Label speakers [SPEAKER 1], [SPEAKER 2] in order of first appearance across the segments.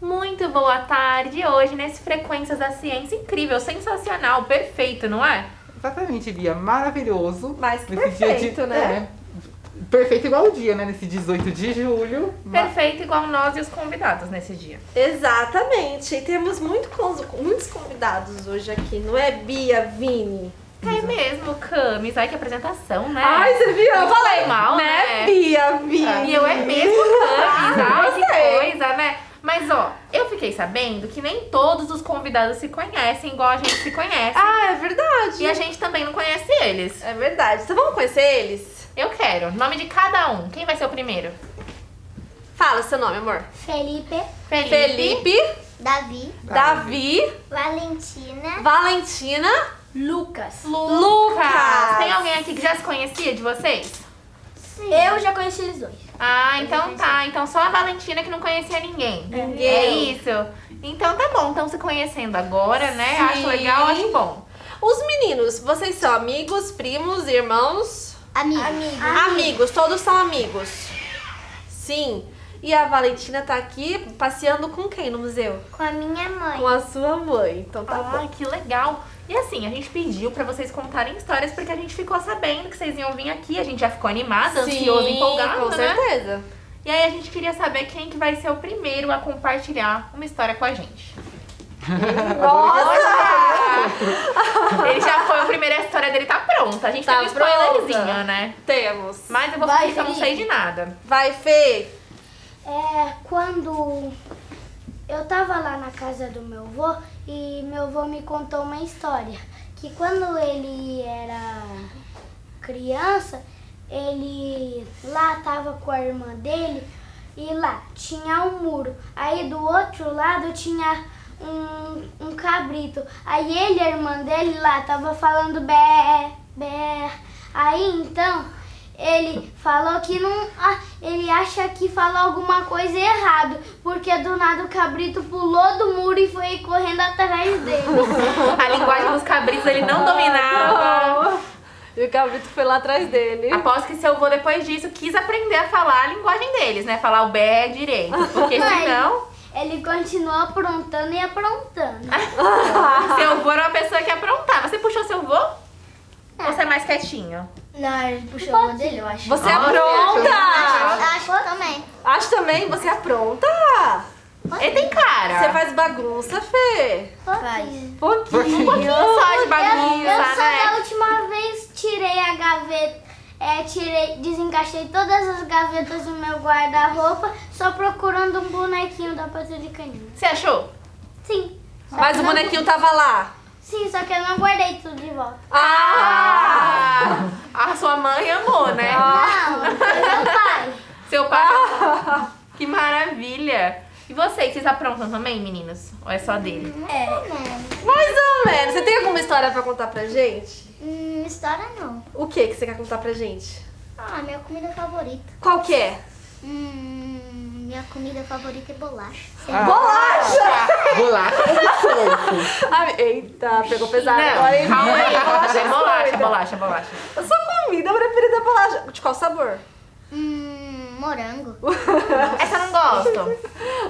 [SPEAKER 1] Muito boa tarde hoje nesse Frequências da Ciência incrível, sensacional, perfeito, não é?
[SPEAKER 2] Exatamente, Bia. Maravilhoso.
[SPEAKER 3] Mas que
[SPEAKER 2] Nesse
[SPEAKER 3] perfeito,
[SPEAKER 2] dia de...
[SPEAKER 3] né?
[SPEAKER 2] É. Perfeito igual o dia, né? Nesse 18 de julho. Mas-
[SPEAKER 1] Perfeito igual nós e os convidados nesse dia.
[SPEAKER 2] É.
[SPEAKER 3] Exatamente. E temos muito cons- muitos convidados hoje aqui, não é, Bia, Vini?
[SPEAKER 1] É mesmo, Camis. Ai, que apresentação, né?
[SPEAKER 3] Ai, você viu?
[SPEAKER 1] Não falei mal, né?
[SPEAKER 3] né? Bia, Vini.
[SPEAKER 1] E eu é mesmo Camis, ai que
[SPEAKER 3] gostei.
[SPEAKER 1] coisa, né? Mas ó, eu fiquei sabendo que nem todos os convidados se conhecem igual a gente se conhece.
[SPEAKER 3] Ah, é verdade.
[SPEAKER 1] E a gente também não conhece eles.
[SPEAKER 3] É verdade. Então vamos conhecer eles?
[SPEAKER 1] Eu quero. Nome de cada um. Quem vai ser o primeiro?
[SPEAKER 3] Fala seu nome, amor.
[SPEAKER 4] Felipe,
[SPEAKER 1] Felipe.
[SPEAKER 3] Felipe,
[SPEAKER 4] Davi,
[SPEAKER 3] Davi,
[SPEAKER 4] Valentina,
[SPEAKER 3] Valentina.
[SPEAKER 4] Lucas.
[SPEAKER 1] Lucas.
[SPEAKER 3] Lucas.
[SPEAKER 1] Tem alguém aqui que já se conhecia de vocês?
[SPEAKER 4] Eu já conheci eles dois.
[SPEAKER 1] Ah, então tá. Então só a Valentina que não conhecia ninguém.
[SPEAKER 3] Ninguém.
[SPEAKER 1] É isso. Então tá bom. Estão se conhecendo agora, né?
[SPEAKER 3] Sim.
[SPEAKER 1] Acho legal, acho bom.
[SPEAKER 3] Os meninos, vocês são amigos, primos, irmãos?
[SPEAKER 4] Amigo. Amigo.
[SPEAKER 3] Amigos, todos são amigos. Sim. E a Valentina tá aqui passeando com quem no museu?
[SPEAKER 4] Com a minha
[SPEAKER 3] Com
[SPEAKER 4] mãe.
[SPEAKER 3] a sua mãe. Então tá bom.
[SPEAKER 1] Ah, que legal. E assim, a gente pediu pra vocês contarem histórias porque a gente ficou sabendo que vocês iam vir aqui. A gente já ficou animada, tá ansioso, empolgado,
[SPEAKER 3] com
[SPEAKER 1] né?
[SPEAKER 3] certeza.
[SPEAKER 1] E aí a gente queria saber quem que vai ser o primeiro a compartilhar uma história com a gente. Nossa! Ele já foi o primeiro, a história dele tá pronta. A gente
[SPEAKER 3] Tá
[SPEAKER 1] tá tem um spoilerzinho,
[SPEAKER 3] pronta.
[SPEAKER 1] né?
[SPEAKER 3] Temos.
[SPEAKER 1] Mas eu vou
[SPEAKER 4] Vai,
[SPEAKER 1] fingir que eu não sei
[SPEAKER 4] Felipe.
[SPEAKER 1] de nada.
[SPEAKER 3] Vai, Fê.
[SPEAKER 4] É quando eu tava lá na casa do meu avô e meu avô me contou uma história. Que quando ele era criança, ele lá tava com a irmã dele e lá tinha um muro. Aí do outro lado tinha um, um cabrito. Aí ele e a irmã dele lá tava falando bé, bé. Aí então ele falou que não. ah, Ele acha que falou alguma coisa errado, porque do nada o cabrito pulou do muro e foi correndo atrás dele.
[SPEAKER 1] A linguagem dos cabritos ele não dominava.
[SPEAKER 3] E o Gabrito foi lá atrás dele.
[SPEAKER 1] Aposto que seu avô, depois disso, quis aprender a falar a linguagem deles, né? Falar o bé direito. Porque senão,
[SPEAKER 4] Ele continuou aprontando e aprontando.
[SPEAKER 1] seu avô era uma pessoa que aprontava. Você puxou seu avô? Ou você é mais quietinho?
[SPEAKER 4] Não, ele puxou a mão dele, eu acho. Ah,
[SPEAKER 3] Você
[SPEAKER 1] Nossa,
[SPEAKER 3] apronta!
[SPEAKER 4] Acho que também.
[SPEAKER 3] Acho também, você apronta!
[SPEAKER 1] Ele tem cara.
[SPEAKER 3] Você faz bagunça, Fê.
[SPEAKER 4] Faz.
[SPEAKER 3] Pouquinho.
[SPEAKER 1] só de
[SPEAKER 4] Eu, eu
[SPEAKER 1] bagunça,
[SPEAKER 4] só da
[SPEAKER 1] né?
[SPEAKER 4] última vez tirei a gaveta, é, tirei, desencaixei todas as gavetas do meu guarda-roupa, só procurando um bonequinho da Patrulha Canina.
[SPEAKER 1] Você achou?
[SPEAKER 4] Sim. Só
[SPEAKER 3] Mas
[SPEAKER 4] que
[SPEAKER 3] o
[SPEAKER 4] não-
[SPEAKER 3] bonequinho tava lá.
[SPEAKER 4] Sim, só que eu não guardei tudo de volta.
[SPEAKER 3] Ah!
[SPEAKER 1] Ah! A sua mãe amou, né?
[SPEAKER 4] Ah. Não, foi meu pai.
[SPEAKER 1] Seu pai. Que maravilha! E vocês, vocês aprontam também, meninos? Ou é só dele?
[SPEAKER 4] É.
[SPEAKER 3] Mais ou menos. Você tem alguma história pra contar pra gente?
[SPEAKER 4] Hum, história não.
[SPEAKER 3] O que que você quer contar pra gente?
[SPEAKER 4] Ah, minha comida favorita.
[SPEAKER 3] Qual que é?
[SPEAKER 4] Hum, minha comida favorita é bolacha.
[SPEAKER 3] Ah. Bolacha!
[SPEAKER 4] Ah.
[SPEAKER 2] Bolacha ou biscoito?
[SPEAKER 3] Ah, eita, pegou pesado.
[SPEAKER 1] Não,
[SPEAKER 3] Agora, hein?
[SPEAKER 1] calma aí.
[SPEAKER 3] Bolacha é
[SPEAKER 1] Bolacha, bolacha,
[SPEAKER 3] doida.
[SPEAKER 1] bolacha, bolacha.
[SPEAKER 3] A Sua comida preferida é bolacha. De qual sabor?
[SPEAKER 4] Hum, morango.
[SPEAKER 1] Essa eu não gosto.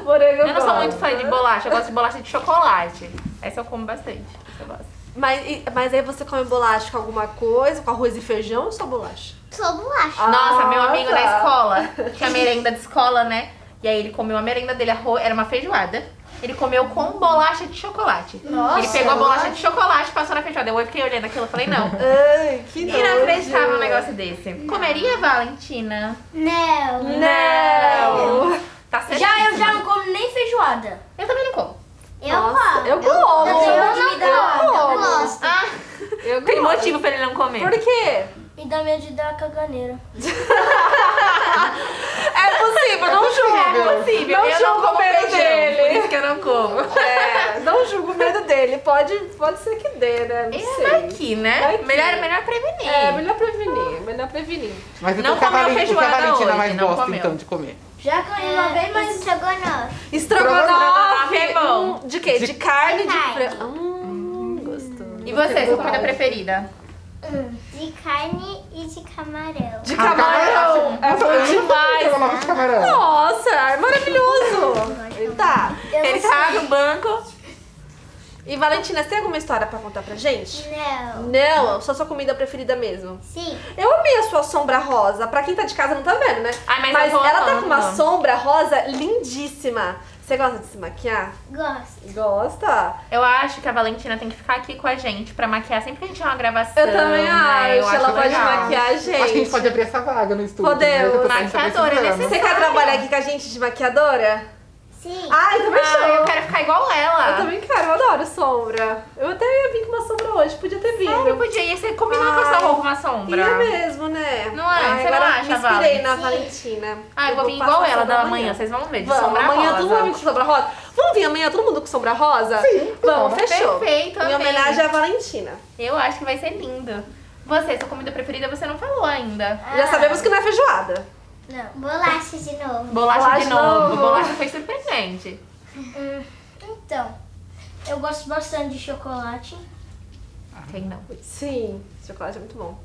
[SPEAKER 3] Morango
[SPEAKER 1] Eu não sou
[SPEAKER 3] gosto.
[SPEAKER 1] muito fã de bolacha, eu gosto de bolacha de chocolate. Essa eu como bastante. Essa eu gosto.
[SPEAKER 3] Mas, e- mas aí você come bolacha com alguma coisa, com arroz e feijão ou só bolacha? Ah, tá.
[SPEAKER 4] Sou bolacha.
[SPEAKER 1] Nossa, meu amigo
[SPEAKER 3] da
[SPEAKER 1] na escola, tinha merenda de escola, né? E aí ele comeu a merenda dele, arro- era uma feijoada. Ele comeu com bolacha de chocolate.
[SPEAKER 4] Nossa.
[SPEAKER 1] Ele pegou a bolacha de chocolate e passou na feijoada. Eu fiquei olhando aquilo e falei, não.
[SPEAKER 3] Ai, que nojo.
[SPEAKER 1] Inacreditável um negócio desse. Comeria, Valentina?
[SPEAKER 4] Não.
[SPEAKER 3] Não!
[SPEAKER 1] Tá certo?
[SPEAKER 4] eu já não como nem feijoada.
[SPEAKER 1] Eu também não como.
[SPEAKER 4] Eu
[SPEAKER 3] Nossa,
[SPEAKER 4] como.
[SPEAKER 3] eu como.
[SPEAKER 4] Eu,
[SPEAKER 3] Eu
[SPEAKER 4] tenho medo de me dar.
[SPEAKER 3] como.
[SPEAKER 4] Eu gosto.
[SPEAKER 1] Ah,
[SPEAKER 3] Eu
[SPEAKER 1] tem
[SPEAKER 3] gosto.
[SPEAKER 1] motivo pra ele não comer.
[SPEAKER 3] Por quê?
[SPEAKER 4] Me dá medo de dar caganeira.
[SPEAKER 3] É possível, não
[SPEAKER 1] É
[SPEAKER 3] julgo.
[SPEAKER 1] possível.
[SPEAKER 3] Não
[SPEAKER 1] eu
[SPEAKER 3] julgo
[SPEAKER 1] não como
[SPEAKER 3] o medo
[SPEAKER 1] feijão,
[SPEAKER 3] dele.
[SPEAKER 1] por isso que eu não como.
[SPEAKER 3] É, não julgo o medo dele. Pode, pode ser que dê, né?
[SPEAKER 1] É
[SPEAKER 3] Não sei.
[SPEAKER 1] daqui, né?
[SPEAKER 3] Vai que-
[SPEAKER 1] Melhor, melhor prevenir.
[SPEAKER 3] É, melhor prevenir, melhor prevenir.
[SPEAKER 2] Mas
[SPEAKER 1] Não
[SPEAKER 2] o que a,
[SPEAKER 1] comeu
[SPEAKER 2] Valen- o que a
[SPEAKER 1] feijoada
[SPEAKER 2] Valentina
[SPEAKER 1] hoje,
[SPEAKER 2] mais
[SPEAKER 1] não
[SPEAKER 2] gosta,
[SPEAKER 1] comeu.
[SPEAKER 2] então, de comer?
[SPEAKER 4] Já comi uma vez, mas estrogonofe.
[SPEAKER 3] Estrogonofe
[SPEAKER 1] é bom.
[SPEAKER 3] hum, De quê? De, carne, de
[SPEAKER 4] carne.
[SPEAKER 3] frango. Hum, gostoso.
[SPEAKER 1] E você, sua comida preferida?
[SPEAKER 4] Hum, de carne e de camarão.
[SPEAKER 3] Ah,
[SPEAKER 2] De
[SPEAKER 1] camarão.
[SPEAKER 2] É bom demais. Eu amo de camarão.
[SPEAKER 3] Nossa, é maravilhoso! tá.
[SPEAKER 4] Eu
[SPEAKER 1] Ele
[SPEAKER 4] não
[SPEAKER 1] tá no banco.
[SPEAKER 3] E Valentina, você tem alguma história pra contar pra gente?
[SPEAKER 4] Não.
[SPEAKER 3] Não, só sua comida preferida mesmo.
[SPEAKER 4] Sim.
[SPEAKER 3] Eu amei a sua sombra rosa. Pra quem tá de casa não tá vendo, né?
[SPEAKER 1] Ai, mas eu tô
[SPEAKER 3] ela tá com
[SPEAKER 1] amando.
[SPEAKER 3] uma sombra rosa lindíssima. Você gosta de se maquiar?
[SPEAKER 4] Gosto.
[SPEAKER 3] Gosta?
[SPEAKER 1] Eu acho que a Valentina tem que ficar aqui com a gente pra maquiar sempre que a gente tiver uma gravação.
[SPEAKER 3] Eu também
[SPEAKER 1] né?
[SPEAKER 3] acho.
[SPEAKER 1] Eu
[SPEAKER 3] ela pode
[SPEAKER 1] legal.
[SPEAKER 3] maquiar a
[SPEAKER 2] Acho
[SPEAKER 3] gente.
[SPEAKER 2] que a gente pode abrir essa vaga no estúdio.
[SPEAKER 3] Podemos.
[SPEAKER 2] né? Depois que a gente tá
[SPEAKER 1] Maquiadora,
[SPEAKER 2] precisando.
[SPEAKER 1] nesse-
[SPEAKER 3] Você quer trabalhar aqui com a gente de maquiadora?
[SPEAKER 4] Sim.
[SPEAKER 3] Ai, também show.
[SPEAKER 1] Ai, Ah, eu quero ficar igual ela.
[SPEAKER 3] Eu também quero, eu adoro sombra. Eu até ia vir com uma sombra hoje, podia ter vindo.
[SPEAKER 1] Sério, É, podia. Ia ser combinar com essa
[SPEAKER 3] Ai.
[SPEAKER 1] roupa, uma sombra.
[SPEAKER 3] Ia mesmo, né?
[SPEAKER 1] Não é?
[SPEAKER 3] Ai,
[SPEAKER 1] Você não
[SPEAKER 3] agora
[SPEAKER 1] acha,
[SPEAKER 3] me inspirei
[SPEAKER 1] Valen?
[SPEAKER 3] na
[SPEAKER 4] Sim.
[SPEAKER 3] Valentina.
[SPEAKER 1] Ah, eu vou vir
[SPEAKER 3] passar
[SPEAKER 1] igual ela
[SPEAKER 3] sombra
[SPEAKER 1] da manhã, vocês vão ver. De
[SPEAKER 3] Vamos,
[SPEAKER 1] sombra
[SPEAKER 3] amanhã
[SPEAKER 1] rosa.
[SPEAKER 3] todo mundo vai vir com sombra rosa? Vamos vir amanhã todo mundo com sombra rosa?
[SPEAKER 2] Sim,
[SPEAKER 3] Vamos,
[SPEAKER 2] claro.
[SPEAKER 3] fechou.
[SPEAKER 1] Perfeito,
[SPEAKER 3] Em
[SPEAKER 1] amei.
[SPEAKER 3] homenagem à Valentina.
[SPEAKER 1] Eu acho que vai ser lindo. Você, sua comida preferida, você não falou ainda.
[SPEAKER 3] Já sabemos que não é feijoada.
[SPEAKER 4] Não. Bolacha de novo.
[SPEAKER 1] Bolacha,
[SPEAKER 3] Bolacha
[SPEAKER 1] de novo.
[SPEAKER 3] novo.
[SPEAKER 1] Bolacha foi surpreendente.
[SPEAKER 4] Hum, então, eu gosto bastante de chocolate.
[SPEAKER 1] Quem não?
[SPEAKER 3] Sim, chocolate é muito bom.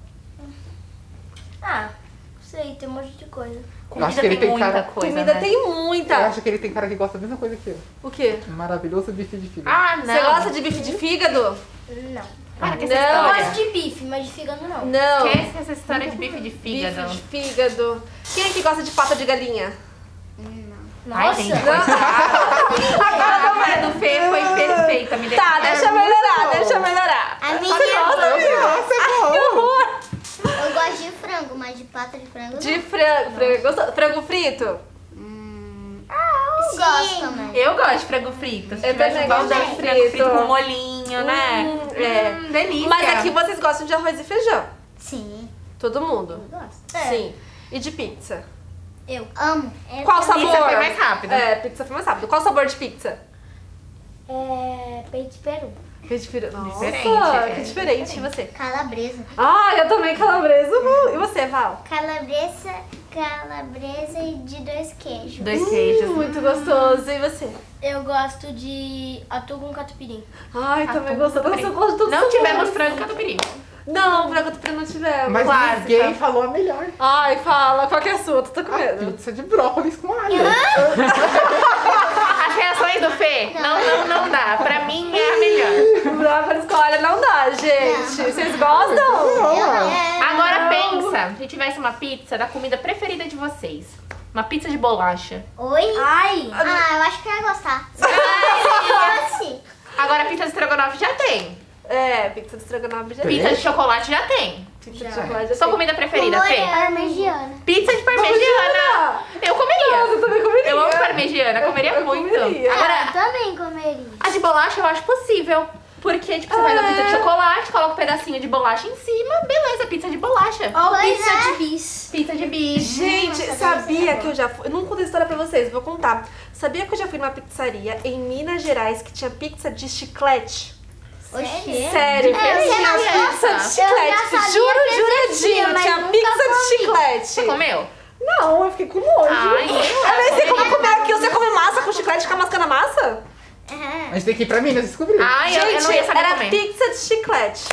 [SPEAKER 4] Ah, não sei, tem um monte de coisa.
[SPEAKER 1] Comida
[SPEAKER 2] acho que
[SPEAKER 1] tem,
[SPEAKER 2] ele tem
[SPEAKER 1] muita
[SPEAKER 2] cara-
[SPEAKER 1] coisa,
[SPEAKER 3] Comida
[SPEAKER 1] né?
[SPEAKER 3] tem
[SPEAKER 2] Eu
[SPEAKER 3] muita.
[SPEAKER 2] acho que ele tem cara que gosta da mesma coisa que eu.
[SPEAKER 3] O quê?
[SPEAKER 2] Um Maravilhoso bife de fígado.
[SPEAKER 1] Ah, não.
[SPEAKER 3] Você gosta de bife de fígado?
[SPEAKER 4] Não.
[SPEAKER 1] Para que
[SPEAKER 3] Não.
[SPEAKER 1] essa
[SPEAKER 4] Eu
[SPEAKER 1] história...
[SPEAKER 4] gosto de bife, mas de fígado não.
[SPEAKER 3] Não.
[SPEAKER 1] Esquece essa história de bife de fígado.
[SPEAKER 3] Bife de fígado. Quem é que gosta de pata de galinha?
[SPEAKER 1] Ai,
[SPEAKER 4] Nossa.
[SPEAKER 1] gente,
[SPEAKER 3] é.
[SPEAKER 1] a cara do Fê foi perfeita. Me deixou
[SPEAKER 3] Tá, deixa eu melhorar, deixa eu melhorar.
[SPEAKER 4] A minha
[SPEAKER 2] Nossa, é bom.
[SPEAKER 4] Eu gosto de frango, mas de pata de frango
[SPEAKER 3] De frango, frango, gostoso. frango frito.
[SPEAKER 4] não. Sim. gosto, mas...
[SPEAKER 1] Eu gosto de frango frito. Se
[SPEAKER 3] Eu
[SPEAKER 1] tivesse
[SPEAKER 3] também
[SPEAKER 1] um baldão
[SPEAKER 3] gosto
[SPEAKER 1] de
[SPEAKER 3] de
[SPEAKER 1] frango frito
[SPEAKER 3] frito.
[SPEAKER 1] com molinho, né?
[SPEAKER 3] Hum, é.
[SPEAKER 1] Hum, delícia.
[SPEAKER 3] Mas aqui vocês gostam de arroz e feijão.
[SPEAKER 4] Sim.
[SPEAKER 3] Todo mundo.
[SPEAKER 4] Gosto.
[SPEAKER 3] Sim. E de pizza.
[SPEAKER 4] Eu amo.
[SPEAKER 3] Qual
[SPEAKER 1] pizza
[SPEAKER 3] sabor?
[SPEAKER 1] foi mais rápido.
[SPEAKER 3] É, pizza foi mais rápido. Qual sabor de pizza?
[SPEAKER 5] É, peito peru.
[SPEAKER 3] Que é diferente. Nossa,
[SPEAKER 1] Diferente,
[SPEAKER 3] que
[SPEAKER 1] é,
[SPEAKER 3] diferente. E você?
[SPEAKER 4] Calabresa.
[SPEAKER 3] Ah, eu também calabresa. Uhul. E você, Val?
[SPEAKER 4] Calabresa, calabresa e de dois queijos.
[SPEAKER 1] Dois queijos.
[SPEAKER 3] Hum, Muito gostoso. E você?
[SPEAKER 4] Eu gosto de atum com catupirim.
[SPEAKER 3] Ai, também
[SPEAKER 1] Atum,
[SPEAKER 3] gostoso. Nossa,
[SPEAKER 1] catupiry.
[SPEAKER 3] eu gosto de todos
[SPEAKER 1] Não
[SPEAKER 3] os sabores.
[SPEAKER 1] tivemos frango catupiry.
[SPEAKER 3] Não, frango catupiry não tivemos.
[SPEAKER 2] Mas
[SPEAKER 1] Clássica.
[SPEAKER 2] ninguém
[SPEAKER 3] tá.
[SPEAKER 2] falou a melhor.
[SPEAKER 3] Ai, fala. Qual que é a sua? Tu tá com medo.
[SPEAKER 2] Pizza de brócolis com alho.
[SPEAKER 3] Ah,
[SPEAKER 1] As reações do Fê, não, não, não dá. Pra mim é a melhor.
[SPEAKER 3] Brócolis com alho não dá, gente. Vocês gostam?
[SPEAKER 4] Eu não.
[SPEAKER 1] Agora pensa, se tivesse uma pizza da comida preferida de vocês. Uma pizza de bolacha.
[SPEAKER 4] Oi?
[SPEAKER 3] Ai.
[SPEAKER 4] Ah, eu acho que eu ia gostar. Eu assim.
[SPEAKER 1] Agora pizza de estrogonofe já tem.
[SPEAKER 3] É, pizza de estrogonofe já
[SPEAKER 2] Tem?
[SPEAKER 1] Pizza de chocolate já tem.
[SPEAKER 3] Pizza de chocolate já
[SPEAKER 1] Sua
[SPEAKER 3] tem.
[SPEAKER 1] comida preferida, Fê?
[SPEAKER 4] Parmegiana.
[SPEAKER 1] Pizza de parmegiana.
[SPEAKER 3] Parmegiana!
[SPEAKER 1] Eu comeria.
[SPEAKER 3] Nossa, eu também comeria.
[SPEAKER 1] Eu amo parmegiana, comeria
[SPEAKER 3] eu
[SPEAKER 1] muito.
[SPEAKER 3] comeria.
[SPEAKER 1] Agora,
[SPEAKER 4] Ah, Eu também comeria.
[SPEAKER 1] a de bolacha eu acho possível. Porque, tipo, você pega a pizza
[SPEAKER 3] Ah.
[SPEAKER 1] de chocolate, coloca um pedacinho de bolacha em cima, beleza, pizza de bolacha.
[SPEAKER 4] Ou
[SPEAKER 5] pizza
[SPEAKER 4] de bis.
[SPEAKER 1] Pizza de bicho.
[SPEAKER 3] Gente,
[SPEAKER 4] Nossa, delícia,
[SPEAKER 3] sabia
[SPEAKER 4] né?
[SPEAKER 3] que eu já fui. Eu não contei a história pra vocês, vou contar. Sabia que eu já fui numa pizzaria em Minas Gerais que tinha pizza de chiclete?
[SPEAKER 4] Oxê.
[SPEAKER 3] Sério,
[SPEAKER 1] você
[SPEAKER 3] tinha
[SPEAKER 1] não
[SPEAKER 3] pizza
[SPEAKER 1] gosta?
[SPEAKER 3] de chiclete.
[SPEAKER 4] sabia
[SPEAKER 3] Juro,
[SPEAKER 4] que existia,
[SPEAKER 3] juradinho,
[SPEAKER 4] mas
[SPEAKER 3] tinha
[SPEAKER 4] nunca
[SPEAKER 3] pizza
[SPEAKER 1] Você
[SPEAKER 3] de chiclete.
[SPEAKER 1] comeu?
[SPEAKER 3] Não, eu fiquei com nojo.
[SPEAKER 1] Ai,
[SPEAKER 3] eu nem sei como comer aquilo. Você come massa com chiclete e fica mascando a massa?
[SPEAKER 4] É.
[SPEAKER 2] A gente tem que ir pra Minas descobrir.
[SPEAKER 3] Ah,
[SPEAKER 1] Ai, eu, eu não ia saber
[SPEAKER 3] era
[SPEAKER 1] comer.
[SPEAKER 3] pizza de chiclete.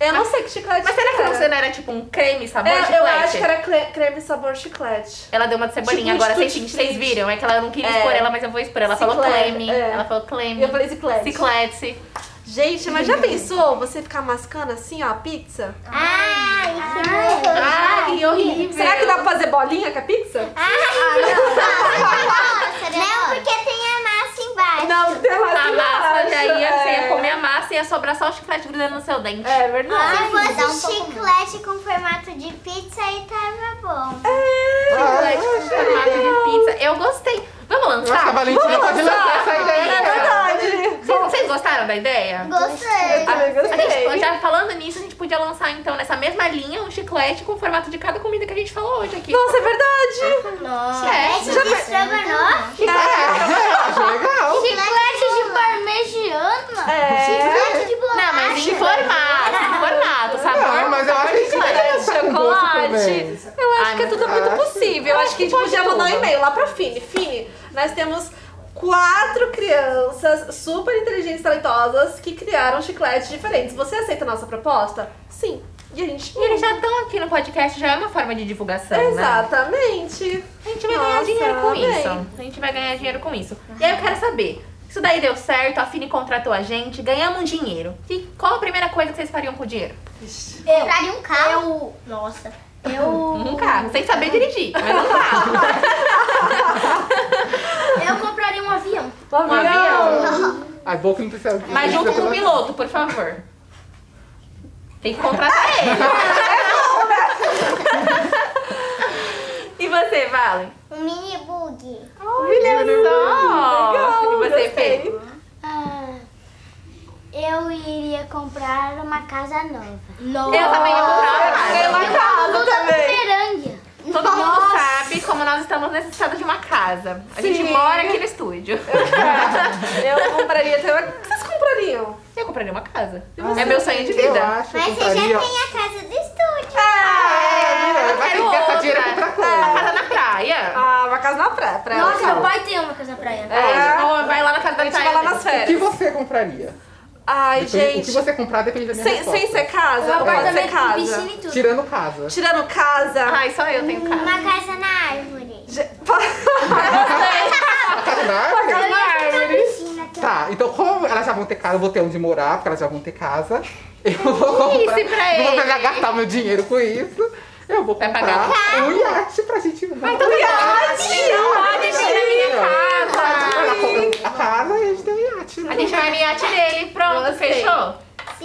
[SPEAKER 3] Eu não sei que chiclete
[SPEAKER 1] Mas será que
[SPEAKER 3] era.
[SPEAKER 1] você não era tipo um creme sabor
[SPEAKER 3] É,
[SPEAKER 1] chiclete?
[SPEAKER 3] Eu acho que era cle- creme sabor chiclete.
[SPEAKER 1] Ela deu uma de cebolinha
[SPEAKER 3] Tipo um
[SPEAKER 1] agora, vocês,
[SPEAKER 3] tutti frutti.
[SPEAKER 1] vocês viram? É que ela não queria
[SPEAKER 3] É.
[SPEAKER 1] expor ela, mas eu vou expor. Ela falou
[SPEAKER 3] Ciclete,
[SPEAKER 1] creme,
[SPEAKER 3] é.
[SPEAKER 1] ela falou creme.
[SPEAKER 3] Eu falei chiclete.
[SPEAKER 1] Ciclete.
[SPEAKER 3] Gente, mas já pensou você ficar mascando assim, ó, a pizza?
[SPEAKER 4] Ai, que horror.
[SPEAKER 1] Ai, que horrível.
[SPEAKER 3] É. Será que dá pra fazer bolinha com a pizza?
[SPEAKER 4] Não, porque tem a massa embaixo.
[SPEAKER 3] Não, tem lá
[SPEAKER 1] A
[SPEAKER 3] assim
[SPEAKER 1] massa,
[SPEAKER 3] embaixo,
[SPEAKER 1] daí ia- você ia
[SPEAKER 3] é.
[SPEAKER 1] comer a massa e ia sobrar só o chiclete grudando no seu dente.
[SPEAKER 3] É verdade.
[SPEAKER 4] Se
[SPEAKER 5] me dá um
[SPEAKER 4] fosse um Ah, chiclete com formato de pizza, aí tava bom.
[SPEAKER 2] Ai,
[SPEAKER 1] Chiclete com formato de pizza. Eu gostei. Vamos
[SPEAKER 2] eu acho que a
[SPEAKER 1] lançar?
[SPEAKER 2] Valentina pode lançar essa
[SPEAKER 3] Tá, É
[SPEAKER 2] ideia. né?
[SPEAKER 3] verdade.
[SPEAKER 1] Vocês, vocês gostaram da ideia?
[SPEAKER 4] Gostei.
[SPEAKER 3] Ah,
[SPEAKER 1] A
[SPEAKER 3] eu
[SPEAKER 1] gente,
[SPEAKER 3] gostei.
[SPEAKER 1] já falando nisso, a gente podia lançar então nessa mesma linha um chiclete com o formato de cada comida que a gente falou hoje aqui.
[SPEAKER 3] Nossa, é verdade.
[SPEAKER 4] Nossa.
[SPEAKER 1] É,
[SPEAKER 4] Chiclete de estrogonofe.
[SPEAKER 2] Acho legal.
[SPEAKER 4] Chiclete de parmegiana.
[SPEAKER 3] É.
[SPEAKER 4] Chiclete de bolacha.
[SPEAKER 1] Não, mas em formato, em formato,
[SPEAKER 3] Tá
[SPEAKER 1] sabor.
[SPEAKER 2] Não, mas eu acho que um a gente tem que lançar com gosto também.
[SPEAKER 3] Chocolate. Eu acho
[SPEAKER 1] Ah,
[SPEAKER 3] que é tudo
[SPEAKER 2] mas-
[SPEAKER 3] muito possível. Eu acho que a gente
[SPEAKER 1] pode
[SPEAKER 3] podia mandar um
[SPEAKER 1] tudo.
[SPEAKER 3] e-mail lá pra Fini. Fini, nós temos quatro crianças super inteligentes e talentosas que criaram chicletes diferentes. Você aceita a nossa proposta? Sim. E a gente.
[SPEAKER 1] E eles já estão aqui no podcast, já é uma forma de divulgação, Então, né?
[SPEAKER 3] Exatamente.
[SPEAKER 1] A gente vai ganhar
[SPEAKER 3] Nossa,
[SPEAKER 1] dinheiro com
[SPEAKER 3] amei.
[SPEAKER 1] isso. A gente vai ganhar dinheiro com isso. E aí eu quero saber, isso daí deu certo, a Fini contratou a gente, ganhamos um dinheiro. E qual a primeira coisa que vocês fariam com o dinheiro?
[SPEAKER 4] Eu.
[SPEAKER 5] Compraria um carro.
[SPEAKER 4] Eu. Nossa. Eu.
[SPEAKER 1] Um
[SPEAKER 3] Uhum.
[SPEAKER 1] carro, sem saber dirigir, mas um carro.
[SPEAKER 4] Eu compraria um avião.
[SPEAKER 3] Um avião.
[SPEAKER 2] Ai, bom que não precisa. não
[SPEAKER 1] Mas
[SPEAKER 2] precisa
[SPEAKER 1] junto com o
[SPEAKER 2] falar-
[SPEAKER 1] piloto, por favor. Tem que contratar ele. E você, Valen?
[SPEAKER 5] Um mini bug.
[SPEAKER 1] Legal. E você,
[SPEAKER 3] gostei.
[SPEAKER 1] Fê?
[SPEAKER 5] Ah, eu iria comprar uma casa nova.
[SPEAKER 4] Nossa.
[SPEAKER 1] Eu também ia comprar uma
[SPEAKER 3] Ganhei
[SPEAKER 1] casa.
[SPEAKER 3] uma casa também.
[SPEAKER 5] Verândia.
[SPEAKER 1] Todo mundo sabe como nós estamos necessitados de uma casa. A gente
[SPEAKER 3] Sim.
[SPEAKER 1] mora aqui no estúdio.
[SPEAKER 3] Eu compraria também. O que vocês comprariam?
[SPEAKER 1] Eu compraria uma casa.
[SPEAKER 2] Ah,
[SPEAKER 1] é meu sonho de
[SPEAKER 2] Eu
[SPEAKER 1] vida.
[SPEAKER 2] acho que compraria-
[SPEAKER 5] a casa do estúdio.
[SPEAKER 3] né?
[SPEAKER 2] É,
[SPEAKER 1] eu
[SPEAKER 2] vai ter
[SPEAKER 1] quero
[SPEAKER 2] que gastar
[SPEAKER 1] outra.
[SPEAKER 2] dinheiro com outra coisa.
[SPEAKER 1] Tá, Casa na praia.
[SPEAKER 3] Ah, uma casa na praia. praia
[SPEAKER 4] Nossa,
[SPEAKER 3] legal.
[SPEAKER 4] meu pai tem uma casa na praia.
[SPEAKER 1] É, a gente vai lá na casa
[SPEAKER 3] A
[SPEAKER 1] da
[SPEAKER 3] gente vai lá
[SPEAKER 1] praia.
[SPEAKER 3] nas
[SPEAKER 2] O que
[SPEAKER 3] férias.
[SPEAKER 2] você compraria?
[SPEAKER 3] Ai,
[SPEAKER 2] Depende- O
[SPEAKER 3] gente.
[SPEAKER 2] que você comprar depende da minha
[SPEAKER 3] Sem,
[SPEAKER 2] resposta.
[SPEAKER 3] sem ser casa,
[SPEAKER 4] Um
[SPEAKER 3] pode ser
[SPEAKER 4] apartamento com
[SPEAKER 3] casa.
[SPEAKER 4] piscina e tudo.
[SPEAKER 2] Tirando casa.
[SPEAKER 3] Tirando casa.
[SPEAKER 1] Ai, só eu tenho casa.
[SPEAKER 5] Uma casa na árvore.
[SPEAKER 3] ge- pa-
[SPEAKER 2] A casa na árvore?
[SPEAKER 5] Eu ia ficar na piscina. Que
[SPEAKER 2] Tá, então como elas já vão ter casa, eu vou ter onde morar, porque elas já vão ter casa. Eu vou comprar.
[SPEAKER 1] disse pra
[SPEAKER 2] não vou
[SPEAKER 1] ele?
[SPEAKER 2] pegar gastar meu dinheiro com isso. Eu vou
[SPEAKER 1] Vai
[SPEAKER 2] comprar
[SPEAKER 1] pagar
[SPEAKER 2] um iate pra gente. Um Vai
[SPEAKER 1] Então pode, pode vir na minha casa.
[SPEAKER 2] Ela compra a casa e a gente tem um iate. né?
[SPEAKER 1] A gente vai no iate dele, pronto,
[SPEAKER 3] Gostei.
[SPEAKER 1] fechou?
[SPEAKER 5] eu-
[SPEAKER 4] assim?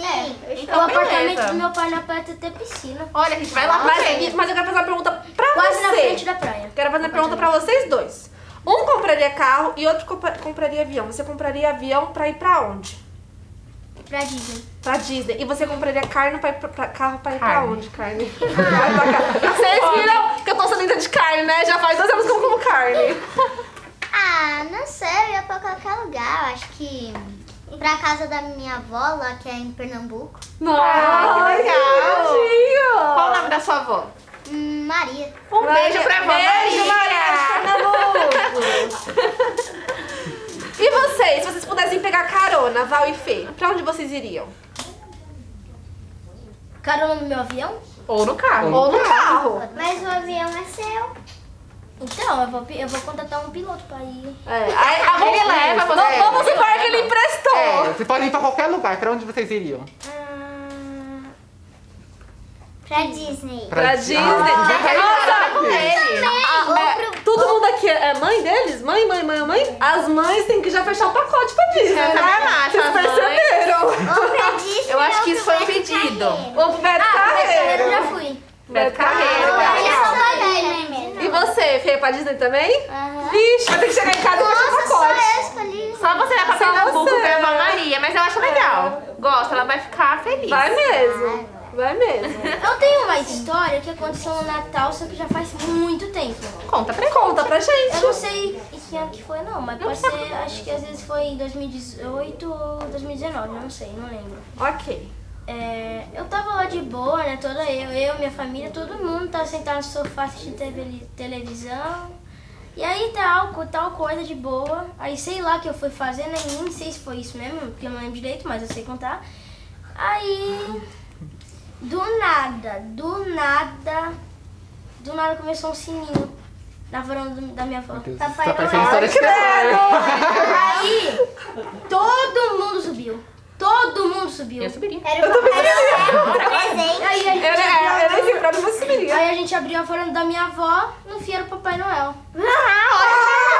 [SPEAKER 3] É,
[SPEAKER 5] Sim.
[SPEAKER 1] Então,
[SPEAKER 5] o apartamento
[SPEAKER 1] beleza.
[SPEAKER 5] do meu
[SPEAKER 4] é
[SPEAKER 5] pai na perto ter piscina.
[SPEAKER 1] Olha, a gente vai lá pra
[SPEAKER 3] Mas,
[SPEAKER 1] ele.
[SPEAKER 3] mas eu quero fazer uma pergunta pra
[SPEAKER 4] Quase na frente
[SPEAKER 3] você.
[SPEAKER 4] da praia.
[SPEAKER 3] Quero fazer uma pergunta pra vocês dois. Um compraria carro e outro compa- compraria avião. Você compraria avião pra ir pra onde?
[SPEAKER 4] Pra Disney.
[SPEAKER 3] Pra Disney. E você compraria carne pra ir pra, pra- carro pra ir pra
[SPEAKER 1] Carne.
[SPEAKER 3] onde? Carne. Vocês viram que eu tô salienta de carne, né? Já faz dois anos que eu como carne.
[SPEAKER 5] Ah, não sei, eu ia pra qualquer lugar. Eu acho que pra casa da minha avó lá, que é em Pernambuco.
[SPEAKER 1] Ah, que legal. Qual o
[SPEAKER 3] Bonitinho.
[SPEAKER 1] nome da sua avó?
[SPEAKER 5] Hum, Maria.
[SPEAKER 1] Um beijo pra vó
[SPEAKER 3] Beijo,
[SPEAKER 1] Maria.
[SPEAKER 3] Maria. E vocês, se vocês pudessem pegar carona, Val e Fê, pra onde vocês iriam?
[SPEAKER 4] Carona no meu avião?
[SPEAKER 1] Ou no carro.
[SPEAKER 3] Ou no carro?
[SPEAKER 5] Mas o avião é seu.
[SPEAKER 4] Então, eu vou, pe- eu vou contratar um piloto pra ir.
[SPEAKER 3] É. Aí, a
[SPEAKER 1] Ele leva, você
[SPEAKER 3] Vamos,
[SPEAKER 4] "É,
[SPEAKER 3] vamos
[SPEAKER 1] leva.
[SPEAKER 3] supor que ele emprestou.
[SPEAKER 2] É, você pode ir pra qualquer lugar, pra onde vocês iriam?
[SPEAKER 5] Ah, pra Disney.
[SPEAKER 3] Pra Disney.
[SPEAKER 2] Ah,
[SPEAKER 3] Nossa,
[SPEAKER 1] Com ele.
[SPEAKER 3] Ah, é, todo mundo aqui é é mãe deles? Mãe, mãe, mãe, mãe? As mães têm que já fechar o pacote pra Disney,
[SPEAKER 1] Eu
[SPEAKER 3] né?
[SPEAKER 1] também acho,
[SPEAKER 3] Vocês
[SPEAKER 1] as mães.
[SPEAKER 3] perceberam?
[SPEAKER 5] Ou pra Disney.
[SPEAKER 1] Eu acho
[SPEAKER 5] ou
[SPEAKER 1] que isso foi um
[SPEAKER 5] pro Beto
[SPEAKER 1] pedido.
[SPEAKER 5] Carreiro.
[SPEAKER 3] O
[SPEAKER 4] Ah, é
[SPEAKER 3] Beto Carreiro.
[SPEAKER 4] Eu já fui.
[SPEAKER 1] Beto Carreiro.
[SPEAKER 5] Ah,
[SPEAKER 1] cara.
[SPEAKER 5] eu sou
[SPEAKER 4] né,
[SPEAKER 5] velha,
[SPEAKER 3] E você, Fê, pra Disney também?
[SPEAKER 4] É.
[SPEAKER 5] Aham.
[SPEAKER 3] Vixe, vai ter que chegar em casa e fechar o
[SPEAKER 5] Nossa, só eu
[SPEAKER 3] pacote.
[SPEAKER 5] escolhi.
[SPEAKER 1] Só você vai pra
[SPEAKER 3] Só
[SPEAKER 1] Pernambuco
[SPEAKER 3] você. É.
[SPEAKER 1] ver a vó Maria, mas eu acho legal. Gosto, ela vai ficar feliz.
[SPEAKER 3] Vai mesmo. Vai mesmo.
[SPEAKER 4] Eu tenho uma história que aconteceu no Natal, só que já faz muito tempo.
[SPEAKER 1] Conta pra gente.
[SPEAKER 3] Conta pra
[SPEAKER 4] Eu não
[SPEAKER 3] gente.
[SPEAKER 4] sei em que ano que foi, não, mas pode ser, acho que às vezes foi em 2018 ou 2019, eu não sei, não lembro.
[SPEAKER 3] Ok.
[SPEAKER 4] É, eu tava lá de boa, né? Toda eu, eu, minha família, todo mundo tava sentado no sofá assistindo teve- televisão. E aí tal, co- tal coisa de boa. Aí sei lá o que eu fui fazer, né? Nem sei se foi isso mesmo, porque eu não lembro direito, mas eu sei contar. Aí. Do nada, do nada. Do nada começou um sininho na varanda do- da minha avó.
[SPEAKER 2] Meu Deus,
[SPEAKER 4] Papai
[SPEAKER 2] tá parecendo
[SPEAKER 4] Noel.
[SPEAKER 2] história de terror.
[SPEAKER 4] Aí, todo mundo subiu. Todo mundo subiu.
[SPEAKER 1] Eu subiria.
[SPEAKER 5] Era o Papai Noel.
[SPEAKER 4] Aí a
[SPEAKER 3] Eu,
[SPEAKER 4] gente
[SPEAKER 3] eu, eu nem sei pra onde você iria.
[SPEAKER 4] Aí a gente abriu a varanda da minha avó, no fim era o Papai Noel.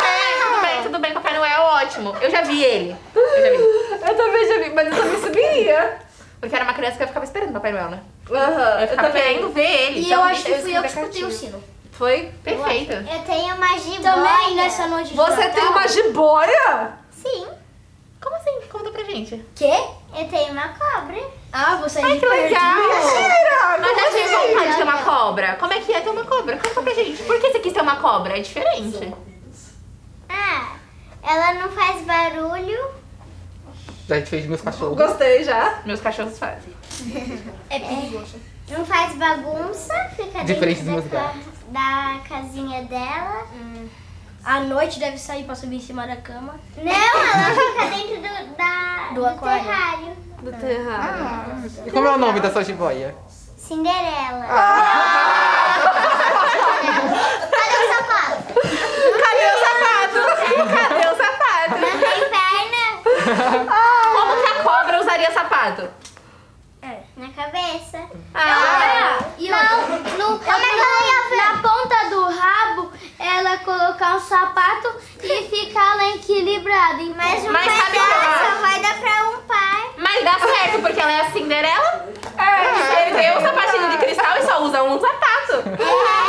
[SPEAKER 1] É, Tudo bem, tudo bem, Papai Noel, é ótimo. Eu já vi ele. Eu já vi.
[SPEAKER 3] Eu também já vi, mas eu também subiria.
[SPEAKER 1] Porque era uma criança que eu ficava esperando o Papai Noel, né?
[SPEAKER 3] Aham,
[SPEAKER 1] Eu
[SPEAKER 3] eu
[SPEAKER 1] ficava
[SPEAKER 3] também.
[SPEAKER 1] querendo ver ele.
[SPEAKER 4] E
[SPEAKER 1] Então,
[SPEAKER 4] eu acho que
[SPEAKER 3] eu
[SPEAKER 4] fui eu que
[SPEAKER 3] escutei
[SPEAKER 4] escutei o
[SPEAKER 3] quietinho.
[SPEAKER 4] sino.
[SPEAKER 3] Foi?
[SPEAKER 1] Perfeito.
[SPEAKER 5] Eu tenho uma jiboia.
[SPEAKER 4] Também nessa noite de
[SPEAKER 3] Você
[SPEAKER 4] Natal-
[SPEAKER 3] tem uma jiboia?
[SPEAKER 5] Sim.
[SPEAKER 1] Como assim? Conta pra gente.
[SPEAKER 4] Quê?
[SPEAKER 5] Eu tenho uma cobra.
[SPEAKER 4] Ah, você é
[SPEAKER 1] Ai, que legal! Mas eu tive
[SPEAKER 5] assim?
[SPEAKER 1] vontade de ter uma cobra. Como é que é ter uma cobra? Conta pra gente. Por que você quis ter uma cobra? É diferente.
[SPEAKER 5] Ah, ela não faz barulho.
[SPEAKER 2] Já a gente fez meus cachorros.
[SPEAKER 3] Gostei já.
[SPEAKER 1] Meus cachorros fazem.
[SPEAKER 4] É perigoso.
[SPEAKER 5] Não faz bagunça, fica
[SPEAKER 2] Diferente dos
[SPEAKER 5] dentro
[SPEAKER 2] meus
[SPEAKER 5] da, ca- da casinha dela.
[SPEAKER 4] Hum. À noite deve sair pra subir em cima da cama.
[SPEAKER 6] Não, ela fica dentro do, da,
[SPEAKER 4] Do
[SPEAKER 6] do,
[SPEAKER 4] aquário.
[SPEAKER 6] terrário.
[SPEAKER 3] Do terrário.
[SPEAKER 2] E como é o nome dessa jiboia?
[SPEAKER 6] Cinderela.
[SPEAKER 2] Ah!
[SPEAKER 6] Cadê o sapato?
[SPEAKER 1] Cadê o sapato?
[SPEAKER 6] Não tem perna
[SPEAKER 1] Como que a cobra usaria sapato?
[SPEAKER 4] É.
[SPEAKER 6] na cabeça.
[SPEAKER 1] Ah,
[SPEAKER 5] Não, no, no- na ponta do rabo, ela colocar um sapato e ficar lá equilibrada. E mais um
[SPEAKER 1] Mas
[SPEAKER 5] pé
[SPEAKER 1] sabe o que eu
[SPEAKER 5] dessa.
[SPEAKER 1] acho?
[SPEAKER 6] Só vai dar pra um par.
[SPEAKER 1] Mas dá certo, porque ela é a Cinderela. Perdeu o sapatinho de cristal e só usa um sapato.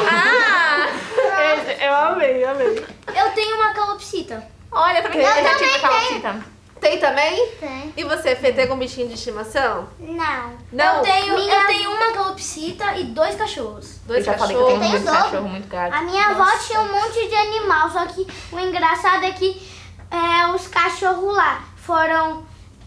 [SPEAKER 1] Ah!
[SPEAKER 3] É, Eu amei, amei.
[SPEAKER 4] Eu tenho uma calopsita.
[SPEAKER 1] Olha, eu também,
[SPEAKER 3] Eu
[SPEAKER 1] já
[SPEAKER 6] também
[SPEAKER 1] tive
[SPEAKER 6] tenho.
[SPEAKER 1] calopsita.
[SPEAKER 3] Tem também?
[SPEAKER 6] Tem.
[SPEAKER 3] E você, Fê, tem algum bichinho de estimação?
[SPEAKER 6] Não.
[SPEAKER 4] eu tenho, eu
[SPEAKER 5] minha-
[SPEAKER 4] tenho uma calopsita e dois cachorros.
[SPEAKER 1] Eu
[SPEAKER 3] Dois
[SPEAKER 1] já falei que eu tenho
[SPEAKER 3] cachorros.
[SPEAKER 6] Tem
[SPEAKER 1] muito
[SPEAKER 6] dobro.
[SPEAKER 1] um cachorro, muito gato.
[SPEAKER 5] A minha avó tinha um monte de animal, só que o engraçado é que é, os cachorros lá foram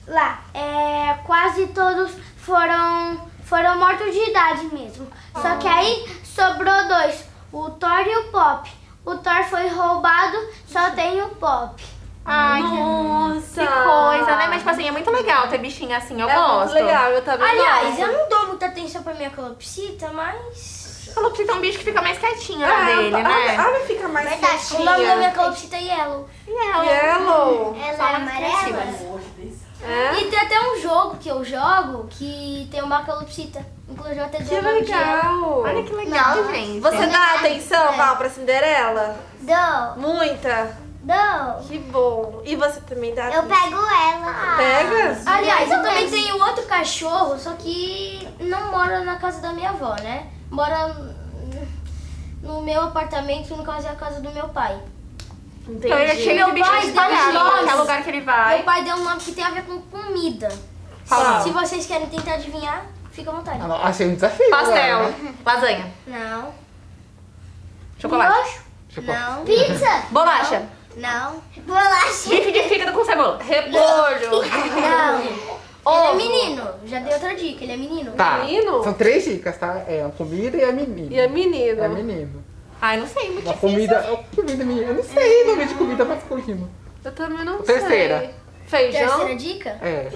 [SPEAKER 5] lá, é, quase todos foram foram mortos de idade mesmo. Só que aí sobrou dois, o Thor e o Pop. O Thor foi roubado, só tem o Pop.
[SPEAKER 1] Ai,
[SPEAKER 3] Nossa!
[SPEAKER 1] que coisa, né? Mas, tipo assim, é muito legal ter bichinho assim, eu
[SPEAKER 3] é
[SPEAKER 1] gosto.
[SPEAKER 3] muito legal, eu também
[SPEAKER 4] Aliás,
[SPEAKER 3] gosto.
[SPEAKER 4] eu não dou muita atenção pra minha calopsita, mas.
[SPEAKER 1] Calopsita é um bicho que fica mais quietinho na
[SPEAKER 3] Ah,
[SPEAKER 1] dele,
[SPEAKER 3] a-
[SPEAKER 1] né?
[SPEAKER 3] a- a fica mais
[SPEAKER 6] Verdade.
[SPEAKER 4] O nome da minha calopsita é Yellow.
[SPEAKER 1] um
[SPEAKER 3] Yellow.
[SPEAKER 6] Ela
[SPEAKER 1] Só
[SPEAKER 6] é
[SPEAKER 1] mais
[SPEAKER 6] amarela?
[SPEAKER 1] criativas.
[SPEAKER 3] É?
[SPEAKER 4] E tem até um jogo que eu jogo que tem uma calopsita. Inclusive eu até dei um
[SPEAKER 3] Que
[SPEAKER 4] o nome de Yellow.
[SPEAKER 3] legal.
[SPEAKER 1] Olha que É. legal, gente.
[SPEAKER 3] Você dá
[SPEAKER 6] verdade.
[SPEAKER 3] atenção, Val, pra Cinderela?
[SPEAKER 6] Dou,
[SPEAKER 3] Muita.
[SPEAKER 6] dou.
[SPEAKER 3] Que bom. E você também dá
[SPEAKER 6] Eu
[SPEAKER 3] atenção?
[SPEAKER 6] pego ela.
[SPEAKER 3] Pega?
[SPEAKER 4] Aliás, eu também tenho outro cachorro, só que não mora na casa da minha avó, né? Mora no meu apartamento, no caso é a casa do meu pai.
[SPEAKER 3] Entendi.
[SPEAKER 1] Então ele é cheio de
[SPEAKER 4] Meu pai
[SPEAKER 1] bicho
[SPEAKER 4] deu
[SPEAKER 1] espalhado em
[SPEAKER 4] nós.
[SPEAKER 1] qualquer lugar que ele
[SPEAKER 4] Meu
[SPEAKER 1] vai.
[SPEAKER 4] pai deu um nome que tem a ver com comida.
[SPEAKER 3] Qual?
[SPEAKER 4] Se vocês querem tentar adivinhar, fica à vontade.
[SPEAKER 2] Ah, não, achei um desafio.
[SPEAKER 1] Pastel,
[SPEAKER 2] Laura.
[SPEAKER 1] lasanha,
[SPEAKER 4] Não.
[SPEAKER 1] chocolate,
[SPEAKER 2] Tipo,
[SPEAKER 4] Não.
[SPEAKER 6] Pizza?
[SPEAKER 1] bolacha,
[SPEAKER 4] Não.
[SPEAKER 6] Bolacha?
[SPEAKER 1] bife de fígado com cebola, repolho.
[SPEAKER 4] Ele é menino. Já dei outra dica, ele é menino.
[SPEAKER 2] tá.
[SPEAKER 3] Menino?
[SPEAKER 2] São três dicas, tá? É a comida e a menina.
[SPEAKER 3] E é menino.
[SPEAKER 2] É menino.
[SPEAKER 1] Ai, não sei, muito
[SPEAKER 2] Uma comida. É Comida e menina. Eu não sei nome de comida masculino.
[SPEAKER 3] Eu também não
[SPEAKER 2] Terceira.
[SPEAKER 3] sei. Feijão?
[SPEAKER 4] Terceira dica?
[SPEAKER 2] É.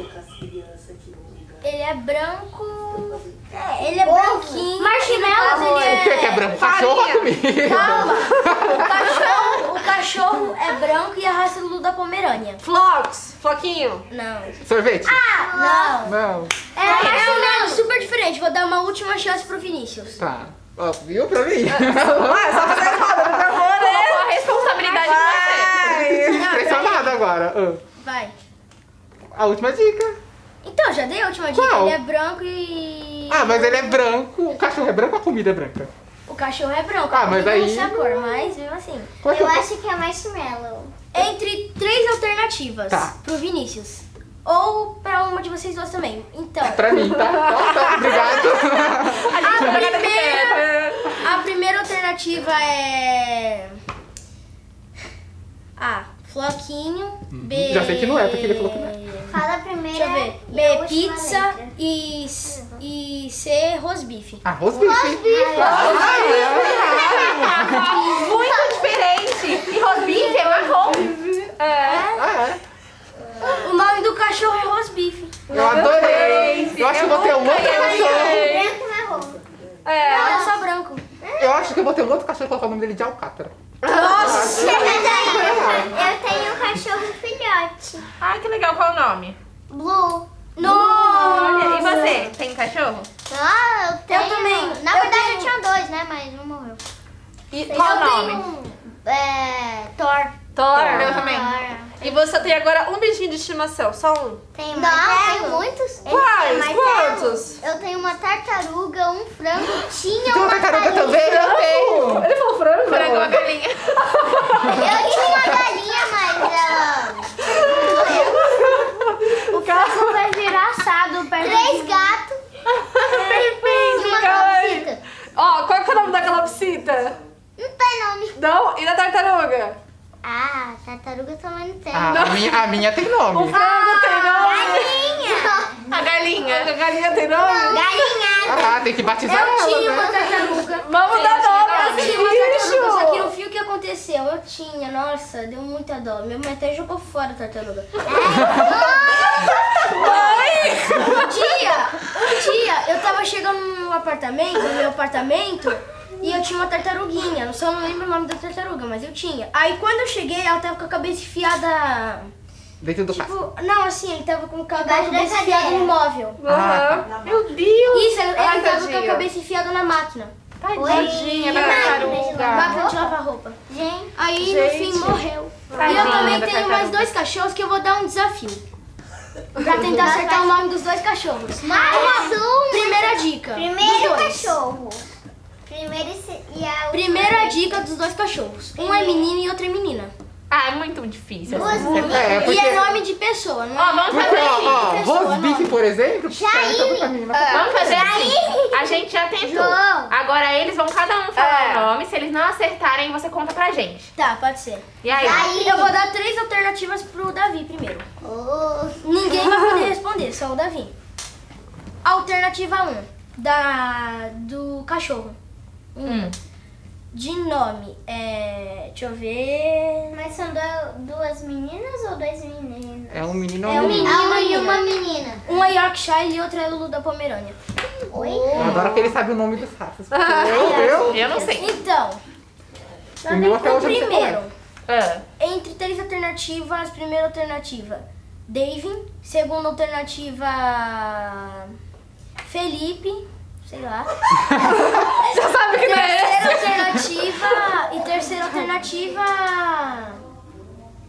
[SPEAKER 4] Ele é branco. É, ele é branquinho. Marshmallows,
[SPEAKER 2] O que que é branco? Cachorro ou comida?
[SPEAKER 4] Calma! O cachorro, o cachorro é branco e a raça Lulu da Pomerânia.
[SPEAKER 3] Flox? Floquinho?
[SPEAKER 4] Não.
[SPEAKER 2] Sorvete?
[SPEAKER 4] Ah! Não.
[SPEAKER 2] Não.
[SPEAKER 4] É, é um nome super diferente. Vou dar uma última chance pro Vinícius.
[SPEAKER 2] Tá. Ó, viu pra mim?
[SPEAKER 3] Ah, só fazer roda, por favor, né?
[SPEAKER 1] Colocou a responsabilidade em você.
[SPEAKER 2] Impressionada agora.
[SPEAKER 4] Vai.
[SPEAKER 2] Ah, A última dica.
[SPEAKER 4] Então, já dei a última dica.
[SPEAKER 2] Qual?
[SPEAKER 4] Ele é branco e.
[SPEAKER 2] Ah, mas ele é branco. O cachorro é branco ou a comida é branca?
[SPEAKER 4] O cachorro é branco.
[SPEAKER 2] Ah, mas
[SPEAKER 4] Eu
[SPEAKER 2] aí-
[SPEAKER 4] Não sei a cor, mas mesmo assim.
[SPEAKER 2] Como é que
[SPEAKER 6] Eu
[SPEAKER 2] eu-
[SPEAKER 6] acho que é marshmallow.
[SPEAKER 4] Entre três alternativas
[SPEAKER 2] Tá.
[SPEAKER 4] pro Vinícius. Ou pra uma de vocês duas também. Então,
[SPEAKER 2] Pra mim, tá? Nossa, obrigado.
[SPEAKER 1] A gente vai jogar
[SPEAKER 4] primeira-
[SPEAKER 1] na
[SPEAKER 4] a primeira alternativa é. A. Floquinho. B.
[SPEAKER 2] Já sei que não é, porque ele falou que não
[SPEAKER 6] Fala é, a
[SPEAKER 4] Deixa
[SPEAKER 6] primeira.
[SPEAKER 4] eu ver.
[SPEAKER 6] e a
[SPEAKER 4] B.
[SPEAKER 6] última
[SPEAKER 4] Pizza.
[SPEAKER 6] letra.
[SPEAKER 4] E, s- e C. Rosbife.
[SPEAKER 2] Arroz bife.
[SPEAKER 1] Muito diferente. E rosbife é marrom.
[SPEAKER 2] Ah, é.
[SPEAKER 4] O nome do cachorro é Rosbife.
[SPEAKER 2] Eu adorei. Eu acho que eu vou ter um outro cachorro.
[SPEAKER 6] Branco e marrom.
[SPEAKER 4] Não, é só branco.
[SPEAKER 2] Eu acho que eu vou ter um outro cachorro e colocar o nome dele de Alcatra.
[SPEAKER 6] Eu tenho, eu tenho um cachorro filhote.
[SPEAKER 1] Ai, que legal. Qual o nome?
[SPEAKER 6] Blue.
[SPEAKER 1] Olha, e você? Tem cachorro?
[SPEAKER 6] Ah, eu tenho.
[SPEAKER 4] também.
[SPEAKER 6] Na
[SPEAKER 4] Eu
[SPEAKER 6] verdade
[SPEAKER 4] tenho.
[SPEAKER 6] eu tinha dois, né? Mas um morreu.
[SPEAKER 1] E qual o
[SPEAKER 6] eu
[SPEAKER 1] nome?
[SPEAKER 6] tenho um. É. Thor.
[SPEAKER 1] Thor. Eu também.
[SPEAKER 6] Thor.
[SPEAKER 3] E você tem agora um bichinho
[SPEAKER 1] Então,
[SPEAKER 3] de estimação, só um.
[SPEAKER 6] Tem
[SPEAKER 5] Não,
[SPEAKER 6] martelo. Tem muitos.
[SPEAKER 3] Quais?
[SPEAKER 1] é
[SPEAKER 3] Quantos?
[SPEAKER 6] Eu tenho uma tartaruga, um frango. Tinha
[SPEAKER 2] Tem uma
[SPEAKER 6] uma
[SPEAKER 2] tartaruga
[SPEAKER 6] galinha.
[SPEAKER 2] também? Eu tenho.
[SPEAKER 3] Ele falou frango?
[SPEAKER 1] um- Frango ou galinha?
[SPEAKER 6] Eu tinha uma galinha, mas. ah,
[SPEAKER 3] O cara
[SPEAKER 5] Vai virar assado, perto
[SPEAKER 6] três gatos. Perfeito, e uma
[SPEAKER 3] Gabi.
[SPEAKER 6] calopsita.
[SPEAKER 3] Ó, qual que é o nome da calopsita?
[SPEAKER 6] Não tem Um nome.
[SPEAKER 3] Não? E da tartaruga?
[SPEAKER 6] Ah, tartaruga também não tem.
[SPEAKER 2] Ah, a, minha, a minha tem
[SPEAKER 3] O
[SPEAKER 2] nome.
[SPEAKER 3] frango tem nome?
[SPEAKER 6] Galinha.
[SPEAKER 1] Ah! A galinha.
[SPEAKER 3] A galinha tem nome?
[SPEAKER 6] Galinha.
[SPEAKER 2] Ah, tem que batizar
[SPEAKER 4] Eu tinha
[SPEAKER 2] ela, né?
[SPEAKER 4] uma tartaruga.
[SPEAKER 3] Vamos dar nome
[SPEAKER 4] Eu
[SPEAKER 3] assim,
[SPEAKER 4] tinha uma tartaruga, só que
[SPEAKER 3] bicho!
[SPEAKER 4] o fio que aconteceu? Eu tinha, nossa, deu muita dó. Minha mãe até jogou fora a tartaruga. Um dia, um dia, eu tava chegando num apartamento, no meu apartamento, e eu tinha uma tartaruguinha. Eu só não lembro o nome da tartaruga, mas eu tinha. Aí quando eu cheguei, ela tava com a cabeça enfiada.
[SPEAKER 2] Dentro do carro.
[SPEAKER 4] Tipo, não, assim, ele tava com a
[SPEAKER 6] Embaixo da
[SPEAKER 4] cabeça enfiada
[SPEAKER 6] cadeira.
[SPEAKER 4] no móvel.
[SPEAKER 2] Ah,
[SPEAKER 3] Aham. Meu Deus!
[SPEAKER 4] Isso, ele
[SPEAKER 3] Ai,
[SPEAKER 4] tava com a
[SPEAKER 3] tadinho.
[SPEAKER 4] cabeça enfiada na máquina.
[SPEAKER 1] Tadinha da tartaruga.
[SPEAKER 4] Máquina de lavar roupa.
[SPEAKER 6] Tá. Gente,
[SPEAKER 4] Aí
[SPEAKER 3] Gente.
[SPEAKER 4] no fim morreu.
[SPEAKER 6] Tá
[SPEAKER 4] e
[SPEAKER 1] Tadinha
[SPEAKER 4] eu também
[SPEAKER 1] da
[SPEAKER 4] tenho mais
[SPEAKER 1] tartaruga.
[SPEAKER 4] dois cachorros que eu vou dar um desafio. Pra tentar acertar o nome dos dois cachorros.
[SPEAKER 6] mais um.
[SPEAKER 4] Primeira dica.
[SPEAKER 6] Primeiro
[SPEAKER 4] dos dois.
[SPEAKER 6] cachorro. Primeiro e se- e a última
[SPEAKER 4] Primeira dica dos dois cachorros. Um é menino e outro é menina.
[SPEAKER 1] Ah, é muito difícil.
[SPEAKER 6] Duas
[SPEAKER 1] assim,
[SPEAKER 6] meninas.
[SPEAKER 2] É,
[SPEAKER 4] E
[SPEAKER 2] porque.
[SPEAKER 4] é nome de pessoa, não
[SPEAKER 1] Ó,
[SPEAKER 4] é?
[SPEAKER 1] vamos
[SPEAKER 2] Porque,
[SPEAKER 1] fazer
[SPEAKER 2] ó, ó,
[SPEAKER 1] assim.
[SPEAKER 4] pessoa,
[SPEAKER 2] Rosbife,
[SPEAKER 4] nome.
[SPEAKER 2] por exemplo, serve tanto pra né? menina quanto
[SPEAKER 1] Ah, Vamos fazer assim. A gente já tentou.
[SPEAKER 6] João.
[SPEAKER 1] Agora eles vão cada um falar
[SPEAKER 3] É.
[SPEAKER 1] o nome. Se eles não acertarem, você conta pra gente.
[SPEAKER 4] Tá, pode ser.
[SPEAKER 1] E aí?
[SPEAKER 6] Aí.
[SPEAKER 4] Eu vou dar três alternativas pro Davi primeiro.
[SPEAKER 6] Oh,
[SPEAKER 4] Ninguém vai poder responder, só o Davi. Alternativa 1, da do cachorro.
[SPEAKER 1] Hum.
[SPEAKER 4] De nome, é, deixa eu ver.
[SPEAKER 6] Mas são do- duas meninas ou dois meninos?
[SPEAKER 2] É um menino
[SPEAKER 4] É um
[SPEAKER 2] ou menina.
[SPEAKER 4] menino.
[SPEAKER 6] Ah, uma e uma menina.
[SPEAKER 4] Uma é Yorkshire e outra é Lulu da Pomerânia.
[SPEAKER 6] Oi?
[SPEAKER 2] Eu adoro que ele sabe o nome dos ratos. porque Eu, eu.
[SPEAKER 1] Eu não sei.
[SPEAKER 4] Então,
[SPEAKER 2] O meu até
[SPEAKER 4] o
[SPEAKER 2] hoje eu não sei qual é.
[SPEAKER 4] Então primeiro,
[SPEAKER 1] Ah,
[SPEAKER 4] entre três alternativas, primeira alternativa, Davin, segunda alternativa, Felipe, sei lá.
[SPEAKER 3] Já sabe que não é esse.
[SPEAKER 4] Terceira alternativa e terceira alternativa,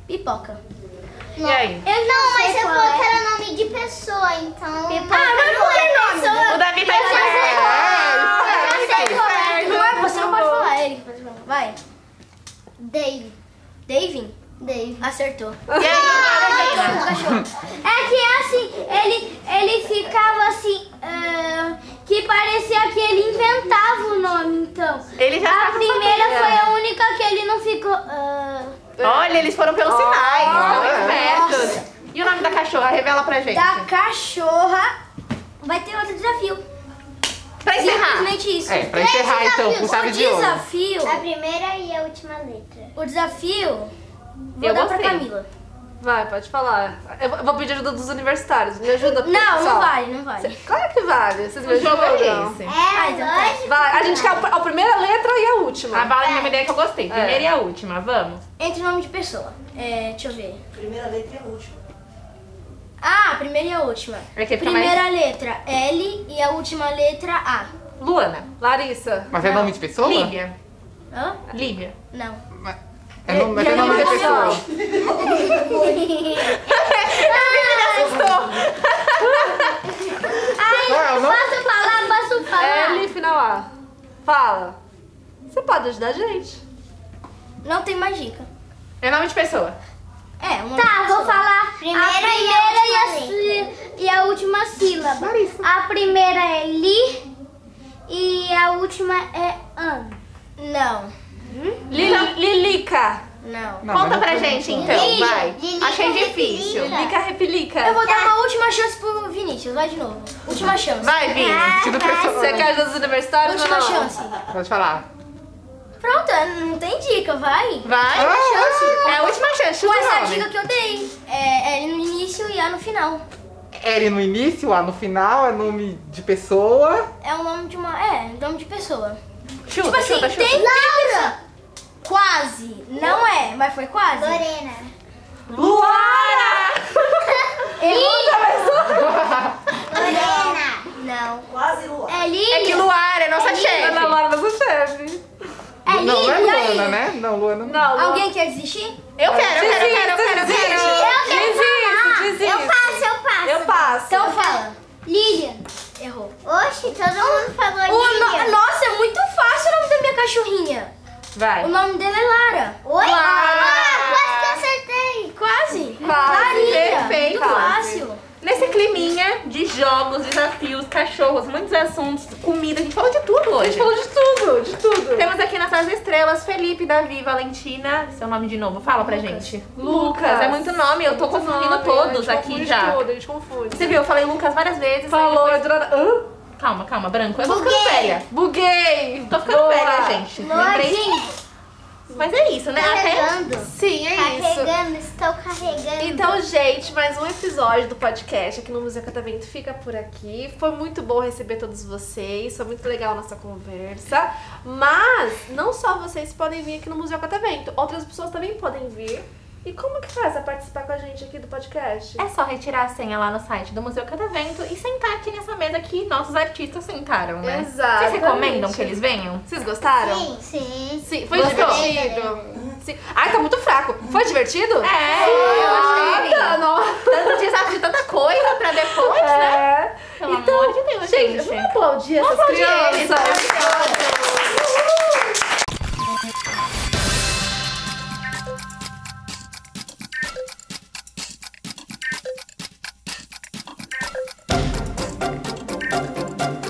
[SPEAKER 4] Pipoca.
[SPEAKER 1] E aí?
[SPEAKER 6] Eu não, mas
[SPEAKER 4] sei
[SPEAKER 6] eu
[SPEAKER 4] qual
[SPEAKER 6] falei
[SPEAKER 4] é.
[SPEAKER 6] que era nome de pessoa, então.
[SPEAKER 4] Ah, mas não tem nome.
[SPEAKER 1] O Davi tá Ah,
[SPEAKER 6] Eu sei
[SPEAKER 1] esperto.
[SPEAKER 6] qual é.
[SPEAKER 4] Não é, você não pode falar, é ele que pode falar. Vai.
[SPEAKER 6] Dave.
[SPEAKER 4] Davin,
[SPEAKER 6] Dave.
[SPEAKER 4] acertou.
[SPEAKER 1] E aí?
[SPEAKER 6] É que é assim, ele, ele ficava assim, que parecia que ele inventava o nome, então.
[SPEAKER 1] Ele já tá tava sabendo.
[SPEAKER 6] a única que ele não ficou.
[SPEAKER 1] Olha, eles foram pelos sinais. Muito espertos. E o nome da cachorra? Revela pra gente.
[SPEAKER 4] Da cachorra vai ter outro desafio.
[SPEAKER 1] Pra encerrar.
[SPEAKER 4] Simplesmente isso.
[SPEAKER 2] É, pra encerrar então, com
[SPEAKER 4] O
[SPEAKER 2] chave de ouro.
[SPEAKER 4] desafio,
[SPEAKER 6] a primeira e a última letra.
[SPEAKER 4] o desafio, vou
[SPEAKER 1] Eu
[SPEAKER 4] dar pra
[SPEAKER 1] gostei.
[SPEAKER 4] Camila.
[SPEAKER 3] Vai, pode falar. Eu vou- eu vou pedir ajuda dos universitários. Me ajuda,
[SPEAKER 4] Não,
[SPEAKER 3] pessoal.
[SPEAKER 4] não vale, não vale.
[SPEAKER 3] Claro que vale. Vocês me
[SPEAKER 1] O jogo
[SPEAKER 3] ajudam
[SPEAKER 1] é
[SPEAKER 3] ou não?
[SPEAKER 1] esse.
[SPEAKER 6] É,
[SPEAKER 4] Ah, então tá.
[SPEAKER 6] lógico.
[SPEAKER 3] Vai, a gente quer a, a primeira letra e a última.
[SPEAKER 1] A bala de uma ideia que eu gostei.
[SPEAKER 3] É.
[SPEAKER 1] Primeira e a última. Vamos.
[SPEAKER 4] Entre nome de pessoa. É, deixa eu ver.
[SPEAKER 7] Primeira letra é a última.
[SPEAKER 4] Ah, a primeira e a última.
[SPEAKER 1] Vai ter que ficar
[SPEAKER 4] Primeira letra L e a última letra A.
[SPEAKER 1] Luana.
[SPEAKER 3] Larissa.
[SPEAKER 2] Mas é nome de pessoa?
[SPEAKER 1] Lívia.
[SPEAKER 4] Hã?
[SPEAKER 1] Lívia.
[SPEAKER 4] Não.
[SPEAKER 2] Mas é nome, mas é
[SPEAKER 4] Eu
[SPEAKER 2] nome de
[SPEAKER 4] não sei
[SPEAKER 2] pessoa.
[SPEAKER 4] falar.
[SPEAKER 2] Qual é o nome?
[SPEAKER 6] Posso falar? Posso
[SPEAKER 1] Ah.
[SPEAKER 6] falar?
[SPEAKER 3] L, final A. Fala. Você pode ajudar a gente.
[SPEAKER 4] Não tem mais dica.
[SPEAKER 1] É nome de pessoa.
[SPEAKER 4] É, uma
[SPEAKER 6] Tá, vou falar Primeira a e a primeira e a, última si- e a última sílaba. A primeira é li e a última é an.
[SPEAKER 4] Não,
[SPEAKER 3] Lili- Lilica.
[SPEAKER 4] não.
[SPEAKER 2] Não,
[SPEAKER 1] Conta
[SPEAKER 2] mas
[SPEAKER 1] pra
[SPEAKER 2] não-
[SPEAKER 1] gente então,
[SPEAKER 6] Lívia.
[SPEAKER 1] vai.
[SPEAKER 6] Lívia
[SPEAKER 1] Achei
[SPEAKER 6] Lívia.
[SPEAKER 1] difícil.
[SPEAKER 3] Lilica Repelica.
[SPEAKER 4] Eu vou dar uma última chance pro Vinícius, vai de novo. Última chance.
[SPEAKER 1] Vai, Vini. é
[SPEAKER 2] Sentido pessoa.
[SPEAKER 3] Você quer ajuda dos universitários ou
[SPEAKER 4] Última
[SPEAKER 3] não?
[SPEAKER 4] chance.
[SPEAKER 2] Pode falar.
[SPEAKER 4] Pronto, é, não tem dica, vai.
[SPEAKER 1] Vai.
[SPEAKER 2] Ah,
[SPEAKER 1] É a última chance. Chuta
[SPEAKER 4] Mas
[SPEAKER 1] o
[SPEAKER 4] a
[SPEAKER 1] nome.
[SPEAKER 4] dica que eu dei é L no início e A no final.
[SPEAKER 2] L no início, A no final, é nome de pessoa.
[SPEAKER 4] É o nome de uma. É, nome de pessoa.
[SPEAKER 1] Chuta,
[SPEAKER 4] Tipo assim,
[SPEAKER 1] chuta,
[SPEAKER 4] tem
[SPEAKER 1] chuta.
[SPEAKER 4] Laura! Quase! Não é, mas foi quase.
[SPEAKER 6] Lorena.
[SPEAKER 1] Luara!
[SPEAKER 6] Lorena.
[SPEAKER 4] Não.
[SPEAKER 7] Quase lua.
[SPEAKER 6] É li.
[SPEAKER 1] É que Luara é nossa
[SPEAKER 3] Ana
[SPEAKER 1] chefe.
[SPEAKER 3] Laura, nossa chefe.
[SPEAKER 6] É
[SPEAKER 2] não, não é
[SPEAKER 6] Lívia.
[SPEAKER 2] Luana, né? Não, Luana não.
[SPEAKER 3] Não, Lu-
[SPEAKER 4] Alguém quer desistir?
[SPEAKER 1] Eu quero, eu quero, eu quero, eu quero, eu
[SPEAKER 3] Desiste,
[SPEAKER 1] quero.
[SPEAKER 3] desiste, desiste.
[SPEAKER 6] Eu passo, eu passo.
[SPEAKER 3] Eu passo.
[SPEAKER 4] Então fala.
[SPEAKER 6] Lilian.
[SPEAKER 4] Errou.
[SPEAKER 6] Oxe, todo mundo falou
[SPEAKER 4] O Ah, oh, no-
[SPEAKER 6] Lilian.
[SPEAKER 4] Nossa, é muito fácil o nome da minha cachorrinha.
[SPEAKER 1] Vai.
[SPEAKER 4] O nome dela é Lara.
[SPEAKER 6] Oi?
[SPEAKER 1] Lara.
[SPEAKER 6] Ah, quase que eu acertei.
[SPEAKER 4] Quase.
[SPEAKER 3] Quase,
[SPEAKER 4] Larinha.
[SPEAKER 1] perfeito.
[SPEAKER 4] Muito fácil.
[SPEAKER 1] Nesse climinha de jogos, desafios, cachorros, muitos assuntos, comida, a gente falou de tudo hoje.
[SPEAKER 3] A gente falou de tudo, de tudo.
[SPEAKER 1] Temos aqui nessas estrelas Felipe, Davi, Valentina. Seu nome de novo, fala pra gente.
[SPEAKER 3] Lucas.
[SPEAKER 1] É muito nome, eu tô confundindo
[SPEAKER 3] Nome,
[SPEAKER 1] todos
[SPEAKER 3] a gente
[SPEAKER 1] aqui
[SPEAKER 3] confunde
[SPEAKER 1] já.
[SPEAKER 3] Tudo, a gente confunde.
[SPEAKER 1] Você viu, eu falei Lucas várias vezes. aí
[SPEAKER 3] falou,
[SPEAKER 1] depois-
[SPEAKER 3] Adriana. Hã?
[SPEAKER 1] Calma, calma, branco. Eu tô ficando
[SPEAKER 6] Buguei.
[SPEAKER 1] velha.
[SPEAKER 3] Buguei.
[SPEAKER 1] Tô ficando
[SPEAKER 3] Boa.
[SPEAKER 1] velha, gente. Lembrei. Mas é isso, né? Até...
[SPEAKER 6] Carregando.
[SPEAKER 3] Sim, é isso.
[SPEAKER 6] Carregando, estou carregando.
[SPEAKER 3] Então, gente, mais um episódio do podcast aqui no Museu Catavento fica por aqui. Foi muito bom receber todos vocês, foi muito legal a nossa conversa. Mas não só vocês podem vir aqui no Museu Catavento, outras pessoas também podem vir. E como que faz pra participar com a gente aqui do podcast?
[SPEAKER 1] É só retirar a senha lá no site do Museu Catavento e sentar aqui nessa mesa que nossos artistas sentaram, né? Vocês
[SPEAKER 3] Exatamente.
[SPEAKER 1] recomendam que eles venham?
[SPEAKER 3] Vocês gostaram?
[SPEAKER 6] Sim, sim.
[SPEAKER 3] Sim, foi
[SPEAKER 1] Gostou?
[SPEAKER 3] divertido. Sim. Ai, tá muito fraco. Foi divertido?
[SPEAKER 1] É, eu achei.
[SPEAKER 3] Tá, não.
[SPEAKER 1] Tanto desafio, tanta coisa pra depois, né?
[SPEAKER 3] É.
[SPEAKER 1] Pelo amor de Deus, gente.
[SPEAKER 3] Vamos aplaudir né? essas
[SPEAKER 1] aplaudir eles,
[SPEAKER 3] crianças.